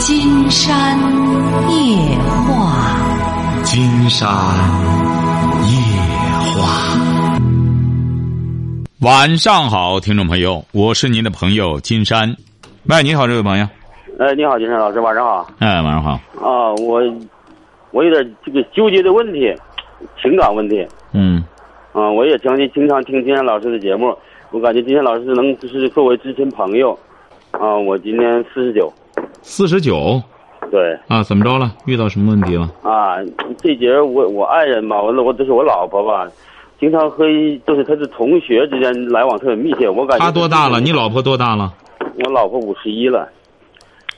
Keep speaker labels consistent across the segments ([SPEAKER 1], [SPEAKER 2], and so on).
[SPEAKER 1] 金山夜话，
[SPEAKER 2] 金山夜话。晚上好，听众朋友，我是您的朋友金山。喂，你好，这位朋友。
[SPEAKER 3] 哎，你好，金山老师，晚上好。
[SPEAKER 2] 哎，晚上好。
[SPEAKER 3] 啊，我我有点这个纠结的问题，情感问题。
[SPEAKER 2] 嗯，
[SPEAKER 3] 啊，我也经常经常听金山老师的节目，我感觉金山老师能是作为知心朋友。啊，我今年四十九，
[SPEAKER 2] 四十九
[SPEAKER 3] 对
[SPEAKER 2] 啊，怎么着了？遇到什么问题了？
[SPEAKER 3] 啊，这节儿我我爱人吧，完了我这是我老婆吧，经常和一就是她是同学之间来往特别密切，我感觉
[SPEAKER 2] 他多大了？你老婆多大了？
[SPEAKER 3] 我老婆五十一了，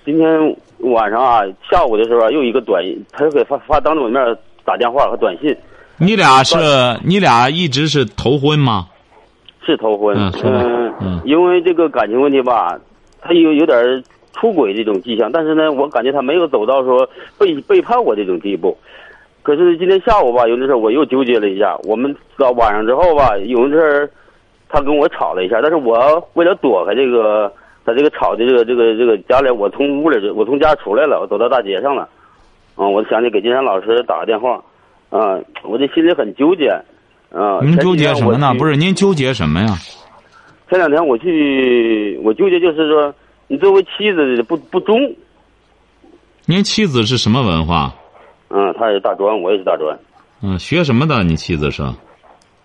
[SPEAKER 3] 今天晚上啊，下午的时候啊又一个短，她给发发当着我面打电话和短信，
[SPEAKER 2] 你俩是呃你俩一直是头婚吗？
[SPEAKER 3] 是头婚
[SPEAKER 2] 嗯，是的
[SPEAKER 3] 嗯、
[SPEAKER 2] 嗯
[SPEAKER 3] 因为这个感情问题吧，她有有点儿出轨这种迹象，但是呢，我感觉她没有走到说背背叛我这种地步。可是今天下午吧，有的时候我又纠结了一下，我们到晚上之后吧，有的事儿她跟我吵了一下，但是我为了躲开这个她这个吵的这个这个这个家里，我从屋里我从家出来了，我走到大街上了，嗯，我想起给金山老师打个电话，嗯、我这心里很纠结，嗯、
[SPEAKER 2] 您纠结什么呢？不
[SPEAKER 3] 是。
[SPEAKER 2] 是您纠结什么呀？
[SPEAKER 3] 前两天我去，我纠结就是说，你作为妻子不不忠，
[SPEAKER 2] 您妻子是什么文化？
[SPEAKER 3] 嗯，他也是大专，我也是大专，
[SPEAKER 2] 嗯，学什么的？你妻子是？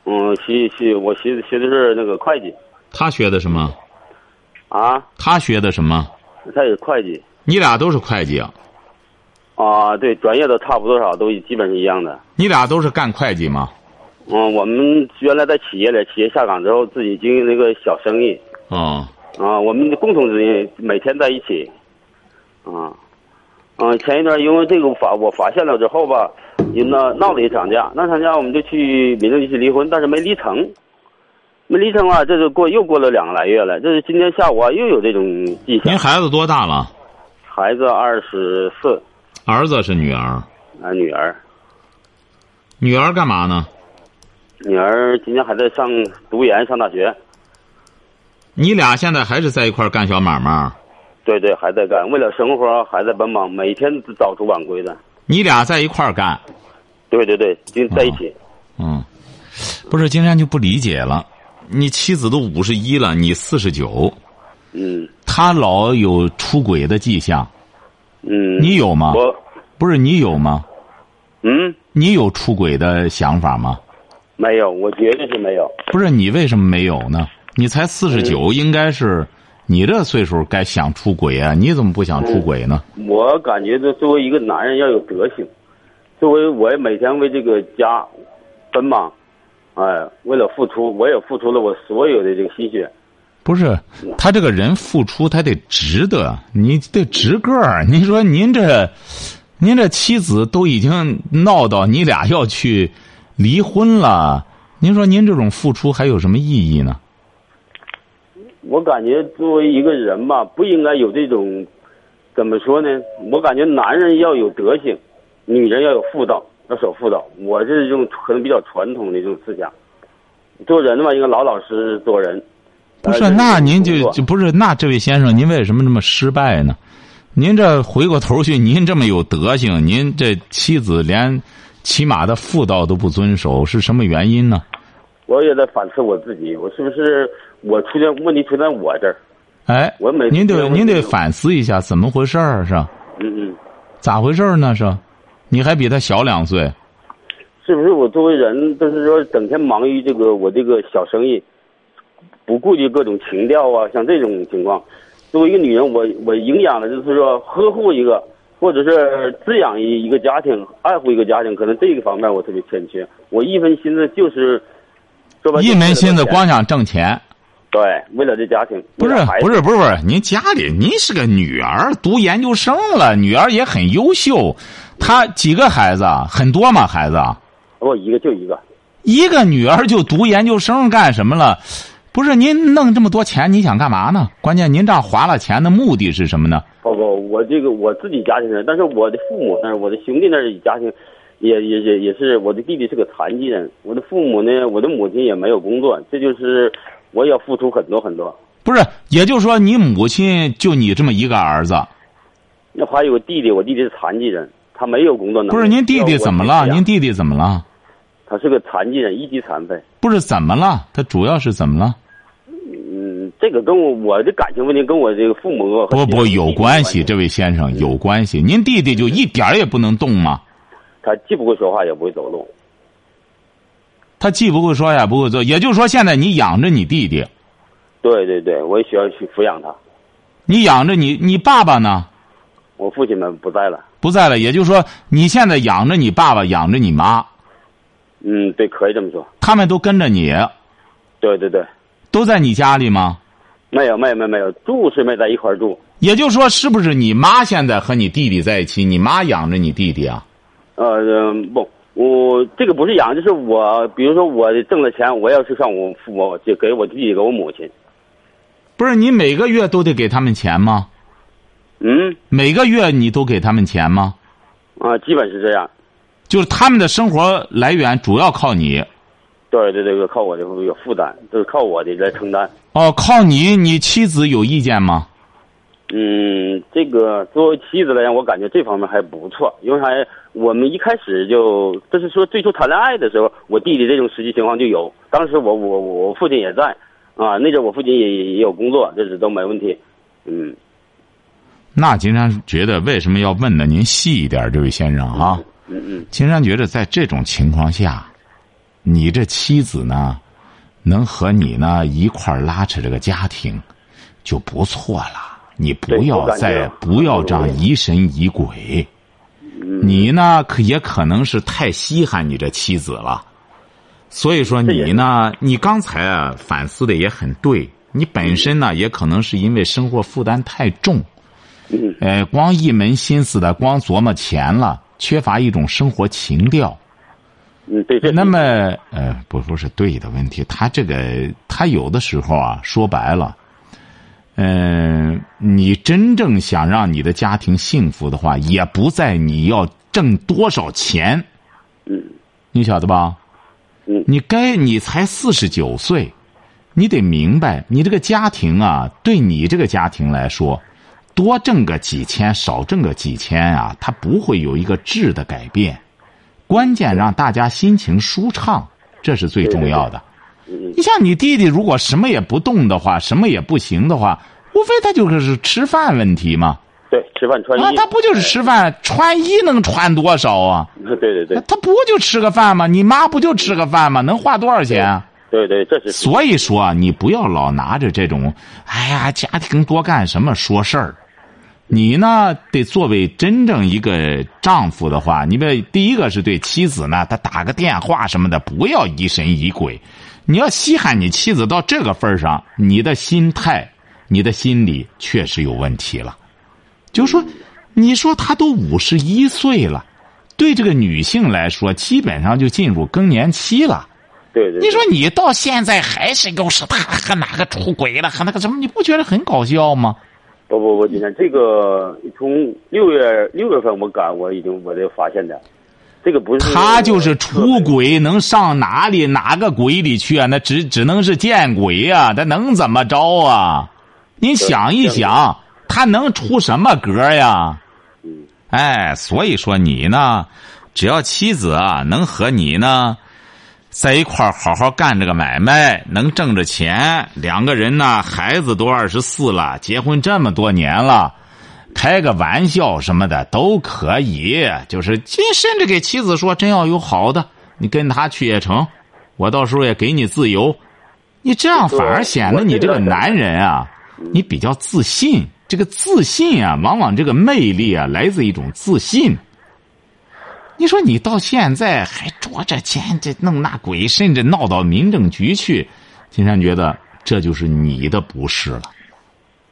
[SPEAKER 3] 嗯，学学我学学的是那个会计
[SPEAKER 2] 他学的什么？
[SPEAKER 3] 啊，
[SPEAKER 2] 他学的什么？
[SPEAKER 3] 他也是会计
[SPEAKER 2] 你俩都是会计啊？
[SPEAKER 3] 啊，对，专业都差不多少，都基本是一样的。
[SPEAKER 2] 你俩都是干会计吗？
[SPEAKER 3] 嗯，我们原来在企业里，企业下岗之后自己经营那个小生意
[SPEAKER 2] 哦，
[SPEAKER 3] 啊，我们共同经营，每天在一起，啊，嗯，前一段因为这个法我发现了之后吧，那闹了一场架，那场架我们就去民政局去离婚，但是没离成。没离成啊，这就过又过了两个来月了，这是今天下午啊又有这种迹象
[SPEAKER 2] 您。孩子多大了？
[SPEAKER 3] 孩子二十四，
[SPEAKER 2] 儿子是女儿？
[SPEAKER 3] 啊女儿，
[SPEAKER 2] 女儿干嘛呢？
[SPEAKER 3] 女儿今年还在上读研上大学，
[SPEAKER 2] 你俩现在还是在一块儿干小买卖儿？
[SPEAKER 3] 对对还在干，为了生活还在奔忙，每天早出晚归的。
[SPEAKER 2] 你俩在一块儿干？
[SPEAKER 3] 对对对，今在一起。
[SPEAKER 2] 嗯，不是，金山就不理解了。你妻子都五十一了，你四十九，
[SPEAKER 3] 嗯
[SPEAKER 2] 他老有出轨的迹象，
[SPEAKER 3] 嗯，
[SPEAKER 2] 你有啊吗？
[SPEAKER 3] 我
[SPEAKER 2] 不是你有吗？
[SPEAKER 3] 嗯
[SPEAKER 2] 你有出轨的想法吗？
[SPEAKER 3] 没有，我绝对是没有。
[SPEAKER 2] 不是你为什么没有呢？你才四十九，应该是你这岁数该想出轨啊！你怎么不想出轨呢？
[SPEAKER 3] 我感觉这作为一个男人要有德行，作为我也每天为这个家奔忙，哎，为了付出，我也付出了我所有的这个心血。
[SPEAKER 2] 不是，他这个人付出，他得值得，啊你得值个儿。 您说您这，您这妻子都已经闹到你俩要去离婚了，您说您这种付出还有什么意义呢？
[SPEAKER 3] 我感觉作为一个人吧，不应该有这种，怎么说呢？我感觉男人要有德行，女人要有妇道，要守妇道。我是这种可能比较传统的这种思想，做人吧应该老老实实做人。
[SPEAKER 2] 不是，
[SPEAKER 3] 呃
[SPEAKER 2] 那您
[SPEAKER 3] 工
[SPEAKER 2] 就
[SPEAKER 3] 作
[SPEAKER 2] 就不是那这位先生，您为什么这么失败呢？您这回过头去，您这么有德行，您这妻子连起码的妇道都不遵守，是什么原因呢？
[SPEAKER 3] 我也在反思我自己，我是不是我出现问题出在我这儿？
[SPEAKER 2] 哎，
[SPEAKER 3] 我每
[SPEAKER 2] 您
[SPEAKER 3] 天
[SPEAKER 2] 得
[SPEAKER 3] 我
[SPEAKER 2] 您得
[SPEAKER 3] 就
[SPEAKER 2] 反思一下，怎么回事儿是吧？
[SPEAKER 3] 嗯嗯，
[SPEAKER 2] 咋回事儿呢？是，你还比他小两岁，
[SPEAKER 3] 是不是我作为人，就是说整天忙于这个我这个小生意，不顾及各种情调啊，像这种情况，作为一个女人，我我营养的就是说呵护一个，或者是滋养一一个家庭，爱护一个家庭，可能这个方面我特别欠缺。我一门心思就是，说白了
[SPEAKER 2] 一门心思
[SPEAKER 3] 就是为了
[SPEAKER 2] 光想挣钱。
[SPEAKER 3] 这个钱对，为了这家庭，
[SPEAKER 2] 不是
[SPEAKER 3] 为了孩子
[SPEAKER 2] 不是不是不是，您家里您是个女儿，读研究生了，女儿也很优秀。她几个孩子啊？很多吗？孩子啊？
[SPEAKER 3] 我一个就一个，
[SPEAKER 2] 一个女儿就读研究生干什么了？不是您弄这么多钱，你想干嘛呢？关键您这样花了钱的目的是什么呢？
[SPEAKER 3] 包括我这个我自己家庭人，但是我的父母那儿，我的兄弟那儿家庭，也也也也是我的弟弟是个残疾人，我的父母呢，我的母亲也没有工作，这就是我也要付出很多很多。
[SPEAKER 2] 不是，也就是说，你母亲就你这么一个儿子，
[SPEAKER 3] 那还有个弟弟，我弟弟是残疾人，他没有工作能力。
[SPEAKER 2] 不是您弟弟怎么
[SPEAKER 3] 要我
[SPEAKER 2] 了？
[SPEAKER 3] 去养
[SPEAKER 2] 您弟弟怎么了？
[SPEAKER 3] 他是个残疾人，一级残废。
[SPEAKER 2] 不是怎么了？他主要是怎么了？
[SPEAKER 3] 嗯，这个跟我我的感情问题跟我这个父母和
[SPEAKER 2] 不不
[SPEAKER 3] 弟弟
[SPEAKER 2] 有关系，嗯这位先生有关系。您弟弟就一点儿也不能动吗？
[SPEAKER 3] 他既不会说话，也不会走路。
[SPEAKER 2] 他既不会说也不会做，也就是说现在你养着你弟弟，
[SPEAKER 3] 对对对，我也需要去抚养他。
[SPEAKER 2] 你养着你你爸爸呢
[SPEAKER 3] 我父亲们不在了。
[SPEAKER 2] 不在了，也就是说你现在养着你爸爸，养着你妈，
[SPEAKER 3] 嗯，对，可以这么说。
[SPEAKER 2] 他们都跟着你，
[SPEAKER 3] 对对对，
[SPEAKER 2] 都在你家里吗？
[SPEAKER 3] 没有没有没有没有，住是没在一块儿住。
[SPEAKER 2] 也就是说，是不是你妈现在和你弟弟在一起？你妈养着你弟弟啊？
[SPEAKER 3] 呃，嗯不，我这个不是养，就是我，比如说我挣了钱，我要是上我父母就给我弟弟给我母亲。
[SPEAKER 2] 不是你每个月都得给他们钱吗？
[SPEAKER 3] 嗯
[SPEAKER 2] 每个月你都给他们钱吗？
[SPEAKER 3] 啊、基本是这样。
[SPEAKER 2] 就是他们的生活来源主要靠你
[SPEAKER 3] 对对对，靠我的有负担，都是靠我的来承担。
[SPEAKER 2] 哦，靠你，你妻子有意见吗？
[SPEAKER 3] 嗯，这个作为妻子来讲，我感觉这方面还不错，因为啥呀？我们一开始就，就是说最初谈恋爱的时候，我弟弟这种实际情况就有。当时我我我父亲也在，啊，那阵我父亲也也也有工作，这是都没问题。嗯，
[SPEAKER 2] 那金山觉得为什么要问呢？您细一点，这位先生啊。
[SPEAKER 3] 嗯嗯，
[SPEAKER 2] 金山觉得在这种情况下，你这妻子呢，能和你呢一块儿拉扯这个家庭，就不错了。你不
[SPEAKER 3] 对
[SPEAKER 2] 要
[SPEAKER 3] 我感觉
[SPEAKER 2] 再
[SPEAKER 3] 到
[SPEAKER 2] 不要这样
[SPEAKER 3] 嗯
[SPEAKER 2] 疑神疑鬼。你呢，可也可能是太稀罕你这妻子了，所以说
[SPEAKER 3] 这也
[SPEAKER 2] 你呢，你刚才啊反思的也很对。你本身呢，也可能是因为生活负担太重，
[SPEAKER 3] 嗯
[SPEAKER 2] 呃，光一门心思的光琢磨钱了，缺乏一种生活情调。
[SPEAKER 3] 嗯，对，这
[SPEAKER 2] 那么，呃，不不是对的问题，他这个他有的时候啊，说白了，嗯、你真正想让你的家庭幸福的话，也不在你要挣多少钱，
[SPEAKER 3] 嗯，
[SPEAKER 2] 你晓得吧？
[SPEAKER 3] 嗯
[SPEAKER 2] 你该你才四十九岁，你得明白，你这个家庭啊，对你这个家庭来说，多挣个几千，少挣个几千啊，它不会有一个质的改变。关键让大家心情舒畅，这是最重要的。你像你弟弟，如果什么也不动的话，什么也不行的话，无非他就是吃饭问题嘛。
[SPEAKER 3] 对吃饭穿
[SPEAKER 2] 啊，
[SPEAKER 3] 衣
[SPEAKER 2] 他不就是吃饭穿衣能穿多少啊？
[SPEAKER 3] 服， 对对对
[SPEAKER 2] 他不就吃个饭吗？你妈不就吃个饭吗？能花多少钱啊？
[SPEAKER 3] 对对，这是
[SPEAKER 2] 所以说啊，你不要老拿着这种，哎呀，家庭多干什么说事儿。你呢，得作为真正一个丈夫的话，你别第一个是对妻子呢，他打个电话什么的，不要疑神疑鬼。你要稀罕你妻子到这个份儿上，你的心态、你的心理确实有问题了。就说，你说他都五十一岁了，对这个女性来说，基本上就进入更年期了。
[SPEAKER 3] 对对，
[SPEAKER 2] 你说你到现在还是又是他和哪个出轨了，和那个什么，你不觉得很搞笑吗？
[SPEAKER 3] 不不不，今天这个从六月六月份我赶我已经我就发现的，这个不是
[SPEAKER 2] 他就是出轨，能上哪里哪个鬼里去啊？那只只能是见鬼呀、他能怎么着啊？您想一想，他能出什么格呀？
[SPEAKER 3] 嗯
[SPEAKER 2] 哎，所以说你呢，只要妻子啊能和你呢在一块儿好好干这个买卖，能挣着钱，两个人呢，孩子都二十四了，结婚这么多年了。开个玩笑什么的都可以，就是其实甚至给妻子说，真要有好的，你跟他去也成，我到时候也给你自由。你这样反而显得你这个男人啊，你比较自信。这个自信啊，往往这个魅力啊，来自一种自信。你说你到现在还着着钱，这弄那鬼，甚至闹到民政局去，金山觉得这就是你的不是了。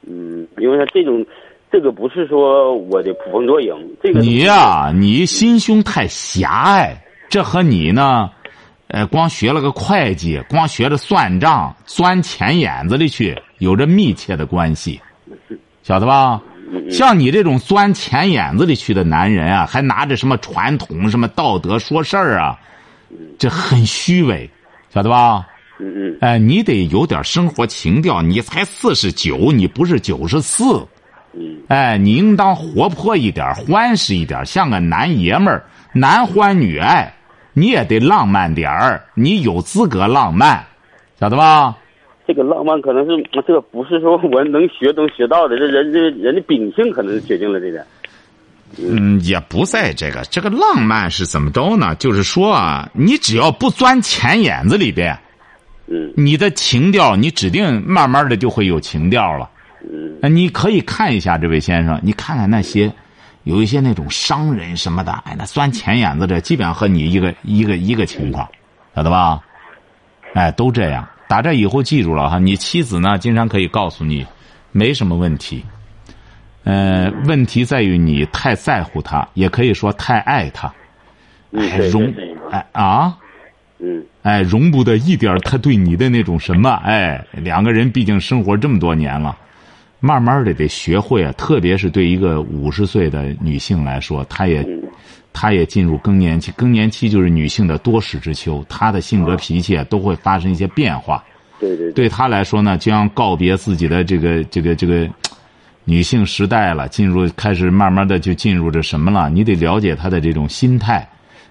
[SPEAKER 3] 嗯，因为它这种，这个不是说我的捕风捉影，这个
[SPEAKER 2] 你呀、你心胸太狭隘，这和你呢，呃，光学了个会计，光学着算账，钻钱眼子里去，有着密切的关系，晓得吧？
[SPEAKER 3] 嗯
[SPEAKER 2] 像你这种钻钱眼子里去的男人啊，还拿着什么传统、什么道德说事儿啊，这很虚伪，晓得吧？
[SPEAKER 3] 嗯嗯，
[SPEAKER 2] 哎，你得有点生活情调，你才四十九，你不是九十四，
[SPEAKER 3] 嗯，
[SPEAKER 2] 哎，你应当活泼一点，欢实一点，像个男爷们儿，男欢女爱，你也得浪漫点儿，你有资格浪漫，晓得吧？
[SPEAKER 3] 这个浪漫可能是这个不是说我能学能学到的，这人这人的秉性可能是决定了这点。
[SPEAKER 2] 嗯，也不在这个这个浪漫是怎么着呢？就是说啊，你只要不钻钱眼子里边，
[SPEAKER 3] 嗯
[SPEAKER 2] 你的情调，你指定慢慢的就会有情调了。
[SPEAKER 3] 嗯
[SPEAKER 2] 呃你可以看一下这位先生，你看看那些，有一些那种商人什么的，哎，那钻钱眼子这，基本上和你一个一个一个情况，晓得吧？哎，都这样。打这以后记住了哈，你妻子呢，经常可以告诉你，没什么问题。呃，问题在于你太在乎他，也可以说太爱他，
[SPEAKER 3] 嗯，
[SPEAKER 2] 哎，
[SPEAKER 3] 对
[SPEAKER 2] 容
[SPEAKER 3] 对对
[SPEAKER 2] 哎啊。
[SPEAKER 3] 嗯
[SPEAKER 2] 哎，容不得一点儿他对你的那种什么，哎，两个人毕竟生活这么多年了，慢慢的得学会啊，特别是对一个五十岁的女性来说，她也，她也进入更年期，更年期就是女性的多事之秋，她的性格脾气啊都会发生一些变化，
[SPEAKER 3] 对对对，
[SPEAKER 2] 对她来说呢，将告别自己的这个这个这个女性时代了，进入开始慢慢的就进入这什么了？你得了解她的这种心态，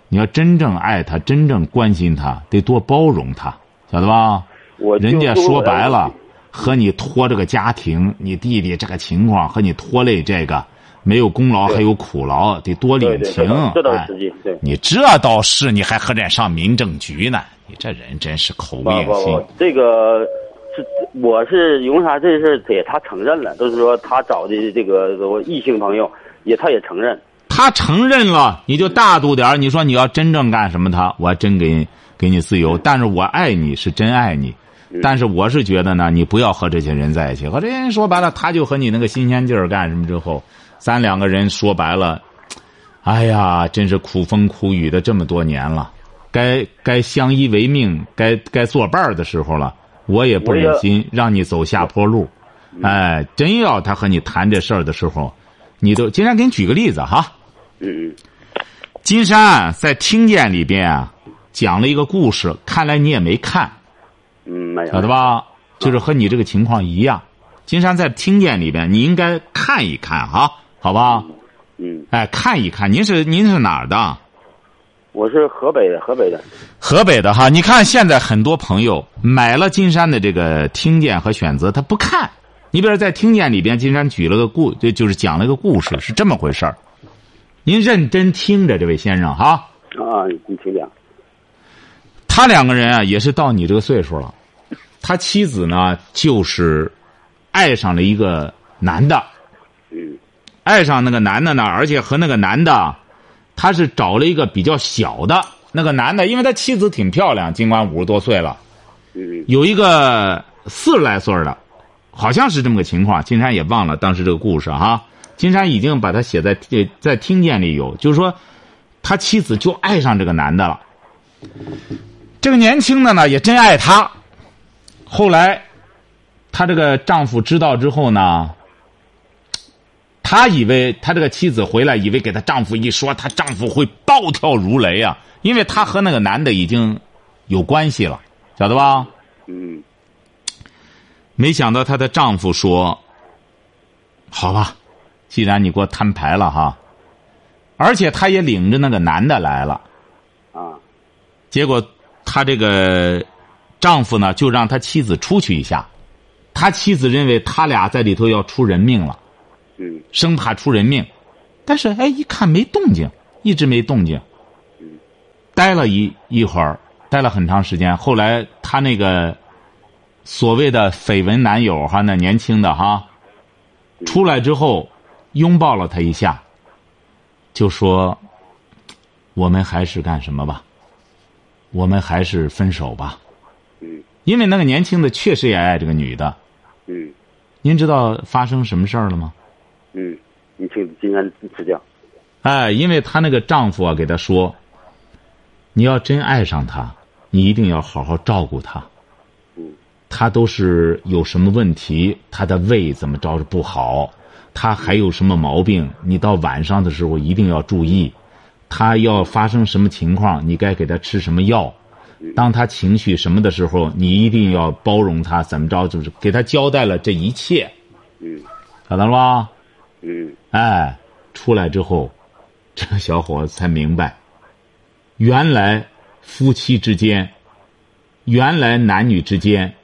[SPEAKER 2] 你要真正爱她，真正关心她，得多包容她，晓得吧？
[SPEAKER 3] 我就
[SPEAKER 2] 人家说白
[SPEAKER 3] 我
[SPEAKER 2] 了，和你拖这个家庭，你弟弟这个情况和你拖累这个，没有功劳还有苦劳，得多
[SPEAKER 3] 对
[SPEAKER 2] 领
[SPEAKER 3] 对，
[SPEAKER 2] 情
[SPEAKER 3] 这倒。这倒
[SPEAKER 2] 哎
[SPEAKER 3] 是实际，对。
[SPEAKER 2] 你这倒是，你还和这上民政局呢？你这人真是口
[SPEAKER 3] 不
[SPEAKER 2] 没硬
[SPEAKER 3] 不
[SPEAKER 2] 心
[SPEAKER 3] 不。，这个是我是因为啥这事儿也他承认了，都是说他找的这个我异性朋友，也他也承认。
[SPEAKER 2] 他承认了，你就大度点儿你说你要真正干什么他，我还真给你给你自由。但是我爱你是真爱你，但是我是觉得呢，你不要和这些人在一起。和这些人说白了，他就和你那个新鲜劲儿干什么之后，咱两个人说白了，哎呀，真是苦风苦雨的这么多年了，该该相依为命，该该作伴儿的时候了，我也不
[SPEAKER 3] 我也
[SPEAKER 2] 忍心让你走下坡路。哎，真要他和你谈这事儿的时候，你都金山给你举个例子哈。
[SPEAKER 3] 嗯嗯，
[SPEAKER 2] 金山在听见里边啊，讲了一个故事，看来你也没看，
[SPEAKER 3] 嗯，没有。
[SPEAKER 2] 晓得？吧？就是和你这个情况一样。金山在听见里边，你应该看一看哈、好吧？
[SPEAKER 3] 嗯，
[SPEAKER 2] 哎，看一看，您是您是哪儿的？
[SPEAKER 3] 我是河北的，河北的。
[SPEAKER 2] 河北的哈，你看现在很多朋友买了金山的这个听见和选择，他不看。你比如在听见里边，金山举了个故，就就是讲了个故事，是这么回事儿。您认真听着，这位先生哈，
[SPEAKER 3] 啊，你听讲。
[SPEAKER 2] 他两个人啊也是到你这个岁数了，他妻子呢就是爱上了一个男的，
[SPEAKER 3] 嗯
[SPEAKER 2] 爱上那个男的呢，而且和那个男的，他是找了一个比较小的那个男的，因为他妻子挺漂亮，尽管五十多岁了。
[SPEAKER 3] 嗯
[SPEAKER 2] 有一个四十来岁儿的，好像是这么个情况。金山也忘了当时这个故事哈、金山已经把它写在呃在听见里有，就是说，他妻子就爱上这个男的了。这个年轻的呢也真爱他。后来，她这个丈夫知道之后呢，她以为她这个妻子回来，以为给她丈夫一说，她丈夫会暴跳如雷啊，因为她和那个男的已经有关系了，晓得吧？
[SPEAKER 3] 嗯
[SPEAKER 2] 没想到她的丈夫说：“好吧，既然你给我摊牌了哈，而且她也领着那个男的来了。
[SPEAKER 3] 啊
[SPEAKER 2] 结果她这个丈夫呢，就让他妻子出去一下。他妻子认为他俩在里头要出人命了，
[SPEAKER 3] 嗯
[SPEAKER 2] 生怕出人命。但是哎，一看没动静，一直没动静。待了一一会儿，待了很长时间。后来她那个所谓的绯闻男友哈，那年轻的哈，出来之后拥抱了她一下，就说：“我们还是干什么吧？我们还是分手吧。”
[SPEAKER 3] 嗯
[SPEAKER 2] 因为那个年轻的确实也爱这个女的。
[SPEAKER 3] 嗯
[SPEAKER 2] 您知道发生什么事儿了吗？
[SPEAKER 3] 嗯，你请金山指教。
[SPEAKER 2] 哎，因为她那个丈夫啊，给她说：“你要真爱上她，你一定要好好照顾她。
[SPEAKER 3] 嗯，
[SPEAKER 2] 她都是有什么问题，她的胃怎么着是不好，她还有什么毛病，你到晚上的时候一定要注意。她要发生什么情况，你该给她吃什么药。当她情绪什么的时候，你一定要包容她，怎么着就是给她交代了这一切，
[SPEAKER 3] 嗯
[SPEAKER 2] 晓得了吧？
[SPEAKER 3] 嗯
[SPEAKER 2] 哎，出来之后，这个小伙子才明白，原来夫妻之间，原来男女之间，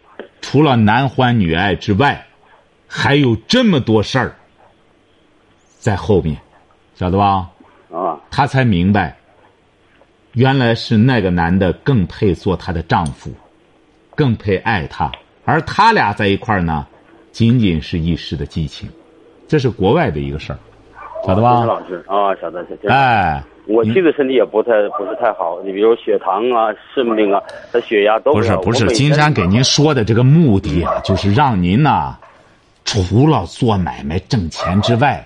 [SPEAKER 2] 除了男欢女爱之外，还有这么多事儿在后面，晓得吧？
[SPEAKER 3] 啊
[SPEAKER 2] 她才明白，原来是那个男的更配做她的丈夫，更配爱她，而他俩在一块儿呢，仅仅是一时的激情，这是国外的一个事儿，晓得
[SPEAKER 3] 谢谢
[SPEAKER 2] 吧？
[SPEAKER 3] 老师啊，晓得晓得。
[SPEAKER 2] 哎，
[SPEAKER 3] 我
[SPEAKER 2] 你
[SPEAKER 3] 妻子身体也不太不是太好，你比如血糖啊、肾病啊、她血压都
[SPEAKER 2] 不是
[SPEAKER 3] 高
[SPEAKER 2] 不
[SPEAKER 3] 我
[SPEAKER 2] 是，
[SPEAKER 3] 每
[SPEAKER 2] 金
[SPEAKER 3] 天
[SPEAKER 2] 山给您说的这个目的啊，就是让您呐、除了做买卖挣钱之外，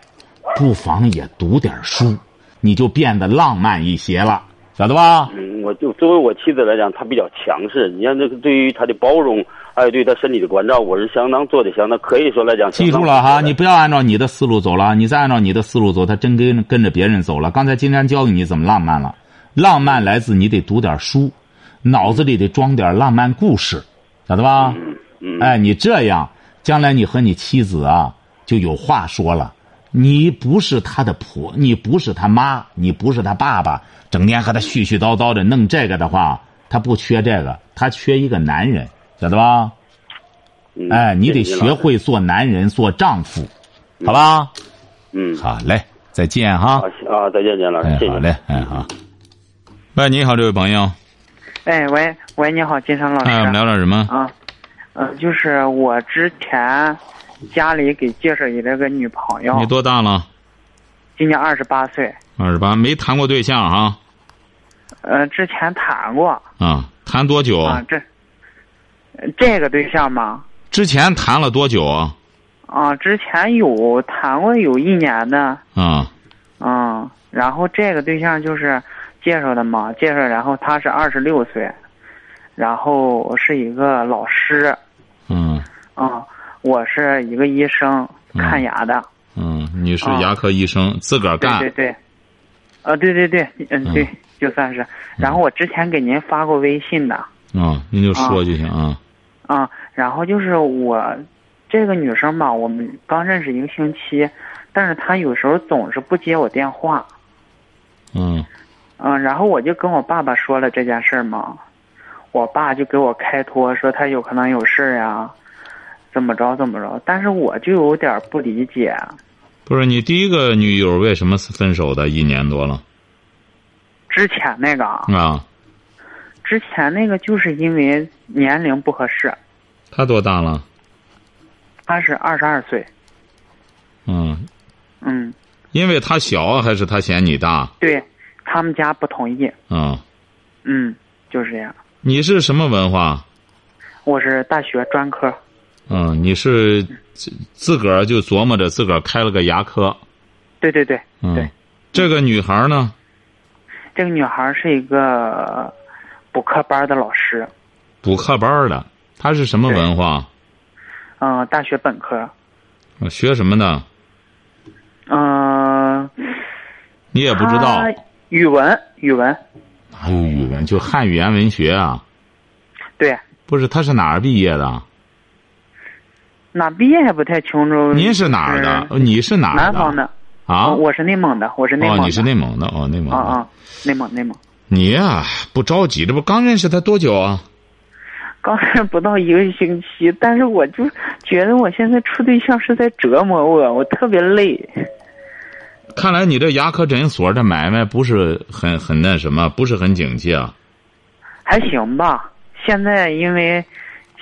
[SPEAKER 2] 不妨也读点书，你就变得浪漫一些了，晓得吧？
[SPEAKER 3] 嗯，我就作为我妻子来讲，她比较强势。你看，这个对于她的包容，还有对她身体的关照，我是相当做的相当，可以说来讲。
[SPEAKER 2] 记住了哈，你不要按照你的思路走了，你再按照你的思路走，他真跟跟着别人走了。刚才金山教给你怎么浪漫了，浪漫来自你得读点书，脑子里得装点浪漫故事，晓得吧？
[SPEAKER 3] 嗯
[SPEAKER 2] 哎，你这样，将来你和你妻子啊就有话说了。你不是他的婆，你不是他妈，你不是他爸爸，整天和他絮絮叨叨的弄这个的话，他不缺这个，他缺一个男人，晓得吧？
[SPEAKER 3] 嗯
[SPEAKER 2] 哎，你得
[SPEAKER 3] 谢谢老师
[SPEAKER 2] 学会做男人，做丈夫，好吧？
[SPEAKER 3] 嗯，
[SPEAKER 2] 好嘞，再见哈
[SPEAKER 3] 好。啊，再见，见老师，
[SPEAKER 2] 哎，
[SPEAKER 3] 谢谢
[SPEAKER 2] 好。嘞，哎好。喂，你好，这位朋友，
[SPEAKER 4] 哎，喂喂，你好，金山老师。
[SPEAKER 2] 哎，我们聊点什么？
[SPEAKER 4] 啊，呃，就是我之前家里给介绍一了个女朋友
[SPEAKER 2] 你，多大了？
[SPEAKER 4] 今年二十八岁。
[SPEAKER 2] 二十八，没谈过对象啊？
[SPEAKER 4] 呃，之前谈过
[SPEAKER 2] 啊，谈多久？
[SPEAKER 4] 啊，这呃这个对象嘛，
[SPEAKER 2] 之前谈了多久啊？
[SPEAKER 4] 啊，之前有谈过有一年的，
[SPEAKER 2] 啊，
[SPEAKER 4] 嗯，然后这个对象就是介绍的嘛，介绍，然后他是二十六岁，然后是一个老师，
[SPEAKER 2] 嗯
[SPEAKER 4] 啊，我是一个医生，看牙的。
[SPEAKER 2] 嗯，你是
[SPEAKER 4] 啊
[SPEAKER 2] 牙科医生，自个儿干
[SPEAKER 4] 对对对，啊，对对对，嗯，对，就算是。然后我之前给您发过微信的
[SPEAKER 2] 啊？您就说就行啊。
[SPEAKER 4] 啊，然后就是我这个女生吧，我们刚认识一个星期，但是她有时候总是不接我电话，
[SPEAKER 2] 嗯
[SPEAKER 4] 嗯，然后我就跟我爸爸说了这件事儿嘛，我爸就给我开脱说她有可能有事儿呀，怎么着怎么着，但是我就有点儿不理解，
[SPEAKER 2] 不是，你第一个女友为什么分手的？一年多了
[SPEAKER 4] 之前那个啊，
[SPEAKER 2] 啊？
[SPEAKER 4] 之前那个就是因为年龄不合适。
[SPEAKER 2] 她多大了？
[SPEAKER 4] 他是二十二岁，
[SPEAKER 2] 嗯，
[SPEAKER 4] 嗯，
[SPEAKER 2] 因为她小啊还是她嫌你大？
[SPEAKER 4] 对他们家不同意，
[SPEAKER 2] 啊，
[SPEAKER 4] 嗯，就是这样。
[SPEAKER 2] 你是什么文化？
[SPEAKER 4] 我是大学专科，
[SPEAKER 2] 嗯，你是自自个儿就琢磨着自个儿开了个牙科。
[SPEAKER 4] 对对对，
[SPEAKER 2] 嗯，
[SPEAKER 4] 对
[SPEAKER 2] 这个女孩呢，
[SPEAKER 4] 这个女孩是一个补课班的老师，
[SPEAKER 2] 补课班的，她是什么
[SPEAKER 4] 对
[SPEAKER 2] 文化？
[SPEAKER 4] 嗯、大学本科，
[SPEAKER 2] 呃学什么的？
[SPEAKER 4] 嗯、
[SPEAKER 2] 你也
[SPEAKER 4] 也
[SPEAKER 2] 不知道。
[SPEAKER 4] 语文，语文，
[SPEAKER 2] 哪有语文？就汉语言文学啊？
[SPEAKER 4] 对，
[SPEAKER 2] 不是，她是哪儿毕业的？
[SPEAKER 4] 哪毕业也不太清楚。
[SPEAKER 2] 您是哪儿的？
[SPEAKER 4] 嗯
[SPEAKER 2] 哦你是哪儿
[SPEAKER 4] 南方的，
[SPEAKER 2] 啊？
[SPEAKER 4] 嗯我是内蒙的，我是内蒙
[SPEAKER 2] 哦，
[SPEAKER 4] 的。
[SPEAKER 2] 你是内蒙的哦，内蒙
[SPEAKER 4] 啊
[SPEAKER 2] 的。
[SPEAKER 4] 啊，内蒙内蒙，
[SPEAKER 2] 你呀、不着急，这不刚认识她多久啊？
[SPEAKER 4] 刚认识不到一个星期，但是我就觉得我现在处对象是在折磨我，我特别累。
[SPEAKER 2] 看来你这牙科诊所这买卖不是很很那什么，不是很景气啊。
[SPEAKER 4] 还行吧，现在因为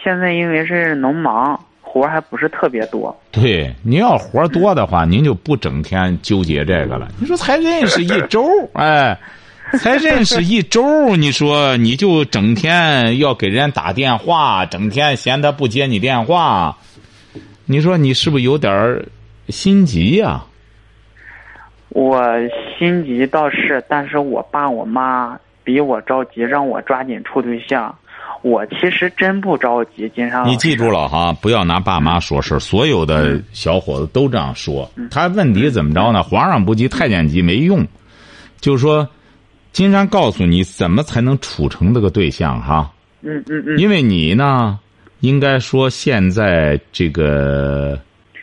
[SPEAKER 4] 现在因为是农忙，活儿还不是特别多。
[SPEAKER 2] 对，您要活多的话，您就不整天纠结这个了。你说才认识一周，哎，才认识一周，你说你就整天要给人家打电话，整天嫌他不接你电话，你说你是不是有点儿心急呀、
[SPEAKER 4] 我心急倒是，但是我爸我妈比我着急，让我抓紧处对象。我其实真不着急，金山老师。
[SPEAKER 2] 你记住了哈，不要拿爸妈说事儿所有的小伙子都这样说。他问题怎么着呢？皇上不急，太监急没用。就是说，金山告诉你怎么才能处成这个对象哈，
[SPEAKER 4] 嗯嗯嗯，
[SPEAKER 2] 因为你呢，应该说现在这个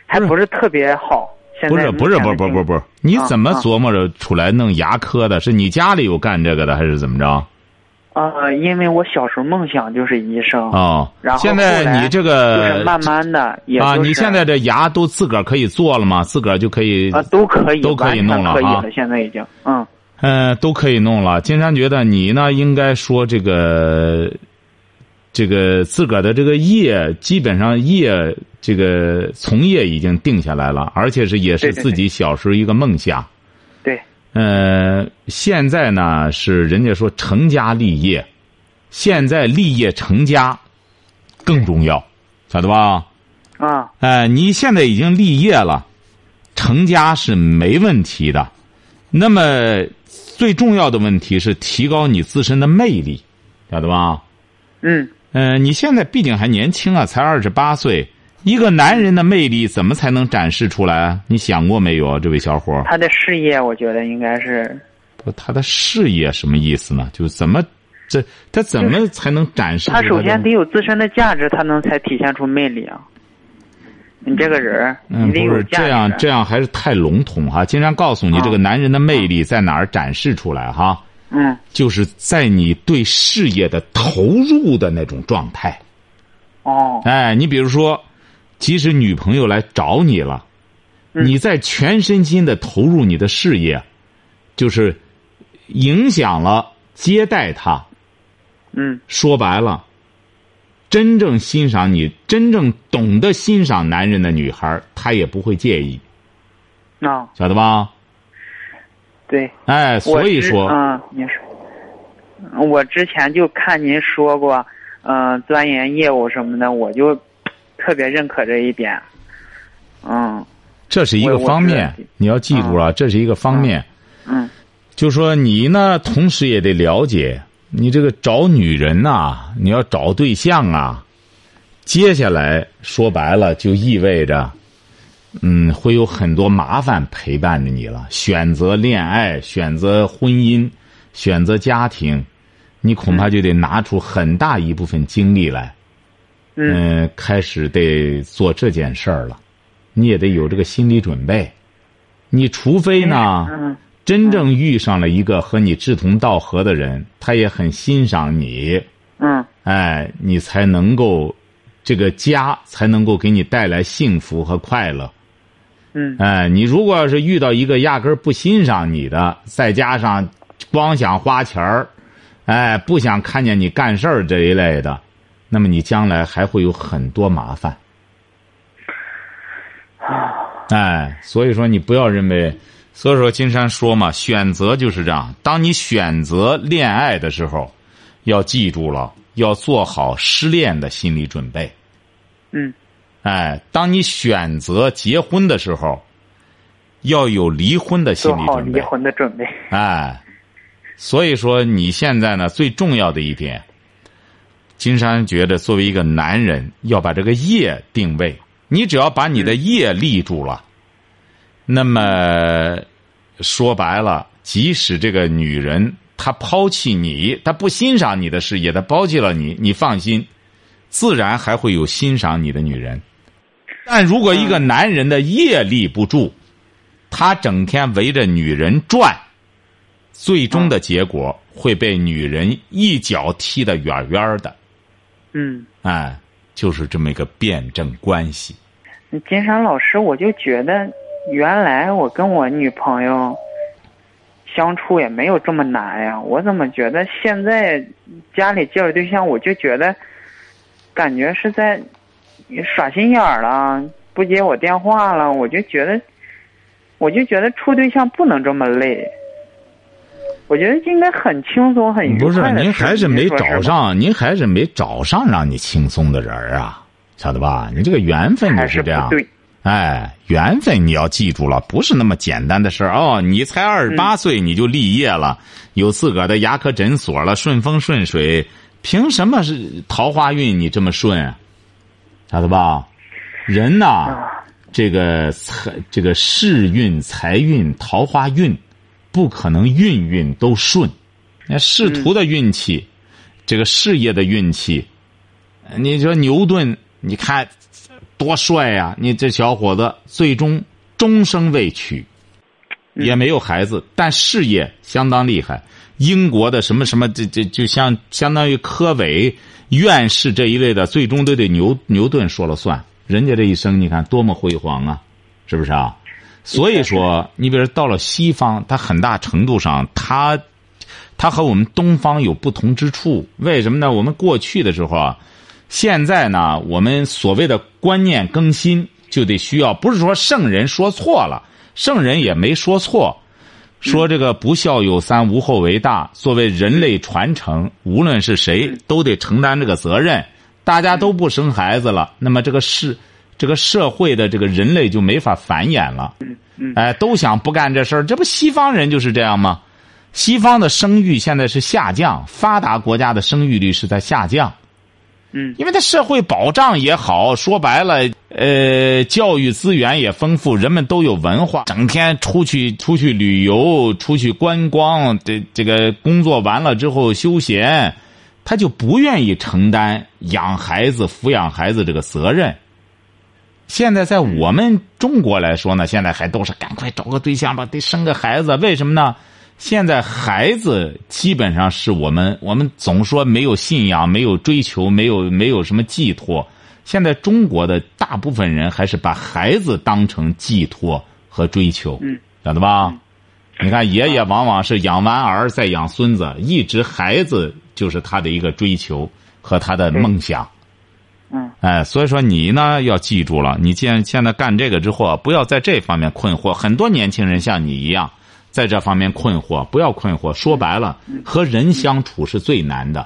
[SPEAKER 4] 还不是特别好。现
[SPEAKER 2] 不
[SPEAKER 4] 在
[SPEAKER 2] 是
[SPEAKER 4] 目
[SPEAKER 2] 不是
[SPEAKER 4] 前
[SPEAKER 2] 不是不是
[SPEAKER 4] 的情
[SPEAKER 2] 不是不是，你
[SPEAKER 4] 啊
[SPEAKER 2] 怎么
[SPEAKER 4] 啊
[SPEAKER 2] 琢磨着出来弄牙科的？是你家里有干这个的，还是怎么着？
[SPEAKER 4] 呃，因为我小时候梦想就是医生，
[SPEAKER 2] 哦
[SPEAKER 4] 啊然，后
[SPEAKER 2] 现
[SPEAKER 4] 后
[SPEAKER 2] 在
[SPEAKER 4] 来
[SPEAKER 2] 你这
[SPEAKER 4] 就是
[SPEAKER 2] 个
[SPEAKER 4] 慢慢的，也
[SPEAKER 2] 啊，
[SPEAKER 4] 就
[SPEAKER 2] 你
[SPEAKER 4] 是
[SPEAKER 2] 现在呃这牙都自个儿可以做了吗？自个儿就可以
[SPEAKER 4] 啊都可以，
[SPEAKER 2] 都可以
[SPEAKER 4] 完全
[SPEAKER 2] 弄了
[SPEAKER 4] 可以
[SPEAKER 2] 啊
[SPEAKER 4] 了，现在已经嗯。
[SPEAKER 2] 嗯，都可以弄了。金山觉得你呢，应该说这个，这个自个儿的这个业，基本上业这个从业已经定下来了，而且是也是
[SPEAKER 4] 对对对
[SPEAKER 2] 自己小时候一个梦想。
[SPEAKER 4] 对，
[SPEAKER 2] 呃，现在呢是人家说成家立业，现在立业成家更重要，晓得吧？
[SPEAKER 4] 啊，
[SPEAKER 2] 哎，你现在已经立业了，成家是没问题的。那么最重要的问题是提高你自身的魅力，晓得吧？
[SPEAKER 4] 嗯，
[SPEAKER 2] 嗯、你现在毕竟还年轻啊，才二十八岁。一个男人的魅力怎么才能展示出来？你想过没有，这位小伙儿？
[SPEAKER 4] 他的事业我觉得应该是
[SPEAKER 2] 不他的事业什么意思呢？就是怎么这他怎么才能展示出
[SPEAKER 4] 他
[SPEAKER 2] 来的？
[SPEAKER 4] 首先得有自身的价值，他能才体现出魅力啊。你这个人儿，
[SPEAKER 2] 嗯，
[SPEAKER 4] 你得
[SPEAKER 2] 不
[SPEAKER 4] 有
[SPEAKER 2] 是
[SPEAKER 4] 价值。
[SPEAKER 2] 这样，这样还是太笼统哈。经常告诉你，
[SPEAKER 4] 啊
[SPEAKER 2] 这个男人的魅力在哪儿展示出来哈？
[SPEAKER 4] 嗯，
[SPEAKER 2] 就是在你对事业的投入的那种状态。
[SPEAKER 4] 哦，
[SPEAKER 2] 哎，你比如说，即使女朋友来找你了，
[SPEAKER 4] 嗯
[SPEAKER 2] 你在全身心的投入你的事业，就是影响了接待她。
[SPEAKER 4] 嗯，
[SPEAKER 2] 说白了，真正欣赏你、真正懂得欣赏男人的女孩儿，她也不会介意，
[SPEAKER 4] 那、
[SPEAKER 2] 晓得吧？
[SPEAKER 4] 哦对，
[SPEAKER 2] 哎，
[SPEAKER 4] 我
[SPEAKER 2] 所以
[SPEAKER 4] 之
[SPEAKER 2] 说，
[SPEAKER 4] 嗯，您说，我之前就看您说过，嗯、钻研业务什么的，我就特别认可这一点。嗯
[SPEAKER 2] 这是一个
[SPEAKER 4] 我我
[SPEAKER 2] 方
[SPEAKER 4] 知道啊
[SPEAKER 2] 面，你要记住了，这是一个方面。
[SPEAKER 4] 嗯
[SPEAKER 2] 就说你呢，同时也得了解，你这个找女人呐、你要找对象啊，接下来说白了就意味着，嗯，会有很多麻烦陪伴着你了。选择恋爱，选择婚姻，选择家庭，你恐怕就得拿出很大一部分精力来，
[SPEAKER 4] 嗯
[SPEAKER 2] 嗯、开始得做这件事儿了，你也得有这个心理准备。你除非呢，
[SPEAKER 4] 嗯
[SPEAKER 2] 真正遇上了一个和你志同道合的人，他也很欣赏你，
[SPEAKER 4] 嗯
[SPEAKER 2] 哎，你才能够这个家才能够给你带来幸福和快乐。
[SPEAKER 4] 嗯
[SPEAKER 2] 哎，你如果要是遇到一个压根儿不欣赏你的，再加上光想花钱儿，哎，不想看见你干事儿这一类的，那么你将来还会有很多麻烦。哎，所以说你不要认为，所以说金山说嘛，选择就是这样。当你选择恋爱的时候，要记住了，要做好失恋的心理准备。
[SPEAKER 4] 嗯
[SPEAKER 2] 哎，当你选择结婚的时候，要有离婚的心
[SPEAKER 4] 做
[SPEAKER 2] 理
[SPEAKER 4] 好
[SPEAKER 2] 准
[SPEAKER 4] 离
[SPEAKER 2] 备。
[SPEAKER 4] 婚的准备。
[SPEAKER 2] 哎，所以说你现在呢，最重要的一点，金山觉得作为一个男人，要把这个业定位。你只要把你的业立住了，那么说白了，即使这个女人她抛弃你，她不欣赏你的事业，她抛弃了你，你放心，自然还会有欣赏你的女人。但如果一个男人的业力不住，他整天围着女人转，最终
[SPEAKER 4] 嗯
[SPEAKER 2] 的结果会被女人一脚踢得远远的。
[SPEAKER 4] 嗯。
[SPEAKER 2] 哎，就是这么一个辩证关系。
[SPEAKER 4] 金山老师，我就觉得原来我跟我女朋友相处也没有这么难呀，我怎么觉得现在家里介绍对象，我就觉得感觉是在呃耍心眼儿了，不接我电话了，我就觉得，我就觉得处对象不能这么累。我觉得应该很轻松，很
[SPEAKER 2] 嗯
[SPEAKER 4] 愉
[SPEAKER 2] 不
[SPEAKER 4] 快
[SPEAKER 2] 是，
[SPEAKER 4] 的
[SPEAKER 2] 您
[SPEAKER 4] 事
[SPEAKER 2] 还是没
[SPEAKER 4] 您说
[SPEAKER 2] 找
[SPEAKER 4] 吗
[SPEAKER 2] 上，您还是没找上让你轻松的人儿啊，晓得吧？你这个缘分
[SPEAKER 4] 还
[SPEAKER 2] 就是这样
[SPEAKER 4] 不。对，
[SPEAKER 2] 哎，缘分你要记住了，不是那么简单的事儿哦。你才二十八岁你就立业了，有自个儿的牙科诊所了，顺风顺水，凭什么是桃花运你这么顺啊？晓得吧？人呐、这个财这个世运、财运、桃花运，不可能运运都顺。那仕途的运气，这个事业的运气，啊你说牛顿，你看多帅呀、你这小伙子最终终生未娶，也没有孩子，但事业相当厉害。英国的什么什么，这这就像相当于科委院士这一类的，最终都得牛牛顿说了算。人家这一生，你看多么辉煌啊，是不是啊？所以说，你比如到了西方，它很大程度上，它它和我们东方有不同之处。为什么呢？我们过去的时候啊，现在呢，我们所谓的观念更新，就得需要不是说圣人说错了，圣人也没说错，说这个不孝有三，无后为大。作为人类传承，无论是谁都得承担这个责任。大家都不生孩子了，那么这个世这个社会的这个人类就没法繁衍了。哎，都想不干这事儿，这不西方人就是这样吗？西方的生育现在是下降，发达国家的生育率是在下降。
[SPEAKER 4] 嗯
[SPEAKER 2] 因为它社会保障也好，说白了，呃，教育资源也丰富，人们都有文化，整天出去出去旅游，出去观光，这这个工作完了之后休闲，他就不愿意承担养孩子、抚养孩子这个责任。现在在我们中国来说呢，现在还都是赶快找个对象吧，得生个孩子。为什么呢？现在孩子基本上是我们，我们总说没有信仰、没有追求、没有没有什么寄托。现在中国的大部分人还是把孩子当成寄托和追求，
[SPEAKER 4] 嗯
[SPEAKER 2] 晓得吧？你看，爷爷往往是养完儿再养孙子，一直孩子就是他的一个追求和他的梦想。
[SPEAKER 4] 嗯
[SPEAKER 2] 哎，所以说你呢要记住了，你既然现在干这个之后啊，不要在这方面困惑。很多年轻人像你一样，在这方面困惑，不要困惑。说白了，和人相处是最难的，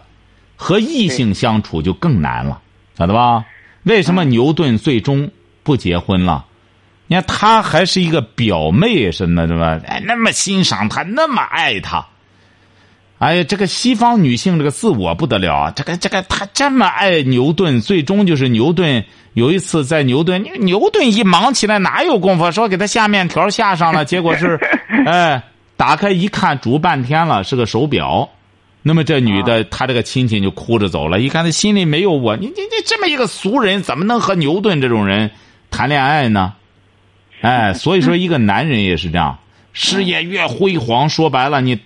[SPEAKER 2] 和异性相处就更难了，晓得吧？为什么牛顿最终不结婚了？你看他还是一个表妹什么的，是吧？哎，那么欣赏他，那么爱他。哎呀，这个西方女性这个自我不得了啊！这个这个，她这么爱牛顿，最终就是牛顿有一次在牛顿，牛顿一忙起来哪有功夫说给他下面条下上了，结果是，哎，打开一看，煮半天了，是个手表。那么这女
[SPEAKER 4] 啊
[SPEAKER 2] 的，她这个亲戚就哭着走了。一看她心里没有我，你你你这么一个俗人，怎么能和牛顿这种人谈恋爱 呢？哎，所以说一个男人也是这样，事业越辉煌，说白了你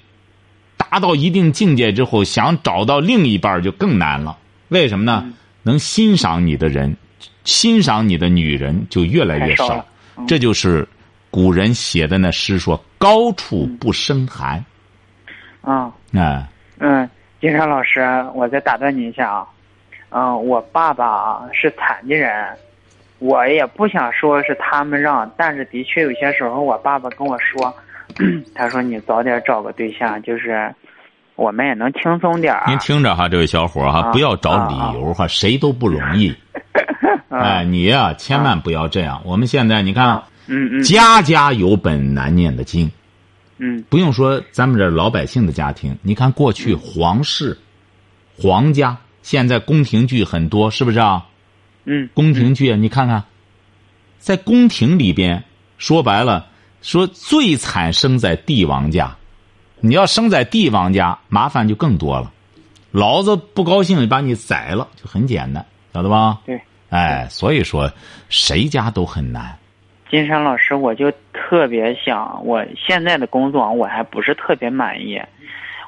[SPEAKER 2] 达到一定境界之后，想找到另一半儿就更难了。为什么呢？
[SPEAKER 4] 嗯
[SPEAKER 2] 能欣赏你的人，欣赏你的女人就越来越
[SPEAKER 4] 太少
[SPEAKER 2] 少
[SPEAKER 4] 了。嗯
[SPEAKER 2] 这就是古人写的那诗说“高处不胜寒
[SPEAKER 4] 啊。”
[SPEAKER 2] 哎，
[SPEAKER 4] 嗯，金山老师，我再打断你一下啊。嗯，我爸爸啊是残疾人，我也不想说是他们让，但是的确有些时候我爸爸跟我说， 他说你早点找个对象，就是我们也能轻松点儿。
[SPEAKER 2] 您听着哈，这位小伙儿哈，
[SPEAKER 4] 啊
[SPEAKER 2] 不要找理由哈，谁都不容 易。哎，你呀、千万不要这样。我们现在你看，
[SPEAKER 4] 嗯嗯
[SPEAKER 2] 家家有本难念的经。
[SPEAKER 4] 嗯
[SPEAKER 2] 不用说咱们这老百姓的家庭，你看过去皇室、皇家，现在宫廷剧很多，是不是啊？
[SPEAKER 4] 嗯
[SPEAKER 2] 宫廷剧啊，你看看，在宫廷里边，说白了，说最惨生在帝王家，你要生在帝王家，麻烦就更多了。老子不高兴，把你宰了，就很简单，晓得吧？
[SPEAKER 4] 对。
[SPEAKER 2] 哎，所以说，谁家都很难。
[SPEAKER 4] 金山老师，我就特别想，我现在的工作啊我还不是特别满意。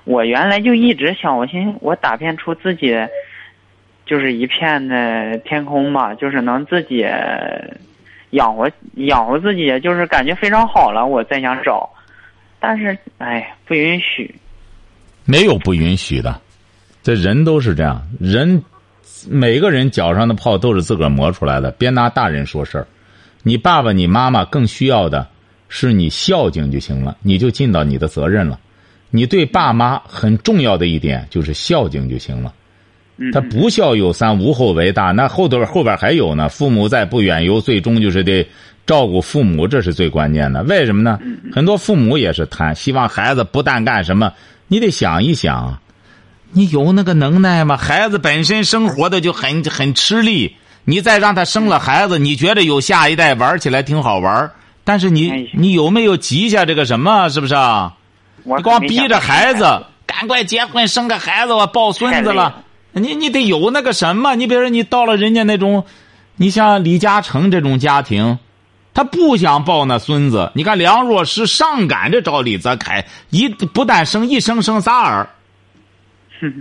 [SPEAKER 4] 我原来就一直想，我寻思我打拼出自己，就是一片的天空吧，就是能自己养活养活自己，就是感觉非常好了，我再想找，但是哎，不允许。
[SPEAKER 2] 没有不允许的，这人都是这样，人每个人脚上的泡都是自个儿磨出来的，别拿大人说事儿。你爸爸、你妈妈更需要的是你孝敬就行了，你就尽到你的责任了。你对爸妈很重要的一点就是孝敬就行了。
[SPEAKER 4] 嗯，
[SPEAKER 2] 他不孝有三，无后为大。那后头后边还有呢，父母在不远游，最终就是得照顾父母，这是最关键的。为什么呢？
[SPEAKER 4] 嗯
[SPEAKER 2] 很多父母也是贪，希望孩子不但干什么，你得想一想啊，你有那个能耐吗？孩子本身生活的就很很吃力，你再让他生了孩子，你觉得有下一代玩起来挺好玩儿但是
[SPEAKER 4] 哎
[SPEAKER 2] 你你有没有急一下这个什么？是不是啊？
[SPEAKER 4] 我
[SPEAKER 2] 你光
[SPEAKER 4] 可没
[SPEAKER 2] 逼
[SPEAKER 4] 想
[SPEAKER 2] 着
[SPEAKER 4] 到
[SPEAKER 2] 孩子赶快结婚生个孩子，我抱孙子了，你你得有那个什么？你比如说，你到了人家那种，你像李嘉诚这种家庭，他不想抱那孙子。你看梁若诗上赶着找李泽楷，一不但生一生生仨儿，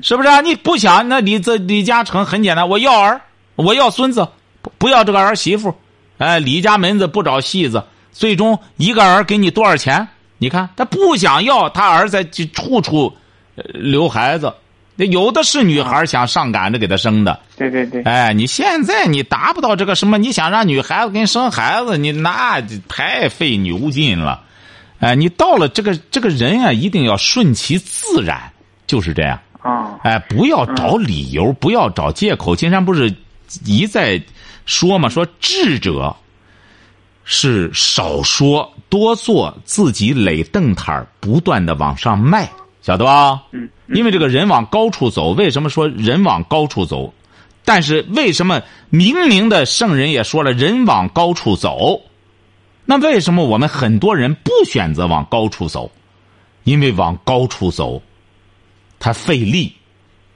[SPEAKER 2] 是不是、啊？你不想那李泽李嘉诚很简单，我要儿，我要孙子，不不要这个儿媳妇。哎，李家门子不找戏子，最终一个儿给你多少钱？你看他不想要，他儿子就处处呃留孩子，有的是女孩想上赶着给他生的。
[SPEAKER 4] 对对对，
[SPEAKER 2] 哎，你现在你达不到这个什么，你想让女孩子给你生孩子，你那太费牛劲了。哎，你到了这个这个人啊，一定要顺其自然，就是这样。
[SPEAKER 4] 啊，
[SPEAKER 2] 哎，不要找理由，不要找借口。金山不是一再说嘛，说智者是少说多做，自己垒凳摊儿，不断的往上迈，晓得吧？
[SPEAKER 4] 嗯，
[SPEAKER 2] 因为这个人往高处走，为什么说人往高处走？但是为什么明明的圣人也说了，人往高处走？那为什么我们很多人不选择往高处走？因为往高处走，它费力、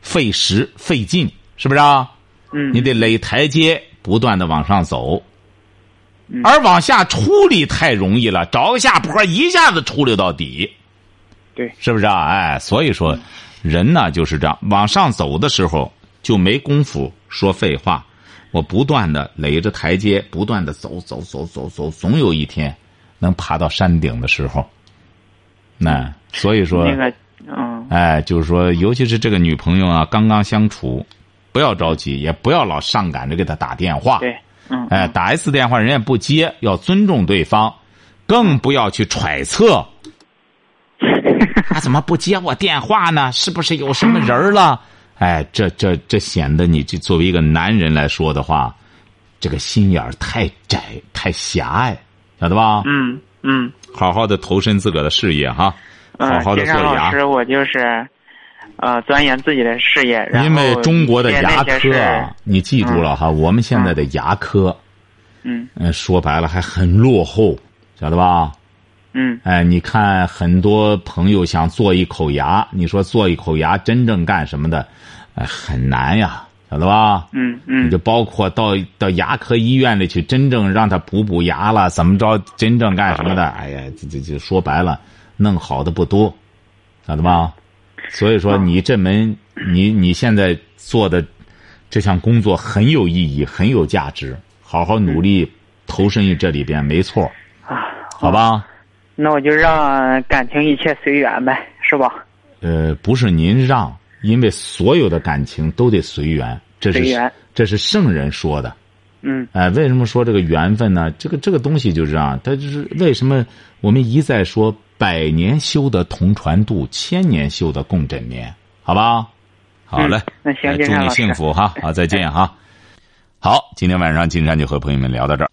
[SPEAKER 2] 费时、费劲，是不是啊？
[SPEAKER 4] 嗯，
[SPEAKER 2] 你得垒台阶，不断的往上走。
[SPEAKER 4] 嗯
[SPEAKER 2] 而往下出力太容易了，找个下坡一下子出溜到底，
[SPEAKER 4] 对，嗯
[SPEAKER 2] 是不是啊？哎，所以说，人呢就是这样，往上走的时候就没工夫说废话。我不断的垒着台阶，不断的走走走走走，总有一天能爬到山顶的时候。那所以说，
[SPEAKER 4] 那个，嗯，
[SPEAKER 2] 哎，就是说，尤其是这个女朋友啊，刚刚相处，不要着急，也不要老上赶着给她打电话。
[SPEAKER 4] 对，嗯，
[SPEAKER 2] 哎，打一次电话人家不接，要尊重对方，更不要去揣 测。他怎么不接我电话呢？是不是有什么人儿了？哎，这这这显得你这作为一个男人来说的话，这个心眼儿太窄太狭隘，晓得吧？
[SPEAKER 4] 嗯嗯，
[SPEAKER 2] 好好的投身自个儿的事业哈，
[SPEAKER 4] 嗯
[SPEAKER 2] 好好的
[SPEAKER 4] 金
[SPEAKER 2] 做
[SPEAKER 4] 山老
[SPEAKER 2] 牙。
[SPEAKER 4] 师，我就是，呃，钻研自己的事业，然后
[SPEAKER 2] 因为中国的
[SPEAKER 4] 接
[SPEAKER 2] 牙
[SPEAKER 4] 那些
[SPEAKER 2] 科
[SPEAKER 4] 事
[SPEAKER 2] 啊，你记住了哈，我们现在的牙科，
[SPEAKER 4] 嗯
[SPEAKER 2] 嗯，说白了还很落后，晓得吧？
[SPEAKER 4] 嗯
[SPEAKER 2] 哎，你看很多朋友想做一口牙，你说做一口牙真正干什么的，哎，很难呀，晓得吧？
[SPEAKER 4] 嗯
[SPEAKER 2] 你
[SPEAKER 4] 嗯
[SPEAKER 2] 就包括到到牙科医院里去，真正让他补补牙了，怎么着，真正干什么
[SPEAKER 4] 啊
[SPEAKER 2] 的？哎呀，这这这说白了，弄好的不多，晓得吧？所以说，
[SPEAKER 4] 啊
[SPEAKER 2] 你这门你你现在做的这项工作很有意义，很有价值，好好努力投身于这里边，没错，
[SPEAKER 4] 嗯啊，
[SPEAKER 2] 好吧？
[SPEAKER 4] 那我就让感情一切随缘呗，是吧？
[SPEAKER 2] 呃，不是您让，因为所有的感情都得随缘，这
[SPEAKER 4] 随
[SPEAKER 2] 是
[SPEAKER 4] 缘
[SPEAKER 2] 这是圣人说的。
[SPEAKER 4] 嗯
[SPEAKER 2] 哎，为什么说这个缘分呢？这个这个东西就是这样，它就是为什么我们一再说百年修得同船渡，千年修得共枕眠，好吧？好嘞，
[SPEAKER 4] 嗯那行
[SPEAKER 2] 哎
[SPEAKER 4] 金
[SPEAKER 2] 祝
[SPEAKER 4] 山
[SPEAKER 2] 你
[SPEAKER 4] 老师哎
[SPEAKER 2] 幸福哈，好，再见哈。好，今天晚上金山就和朋友们聊到这儿。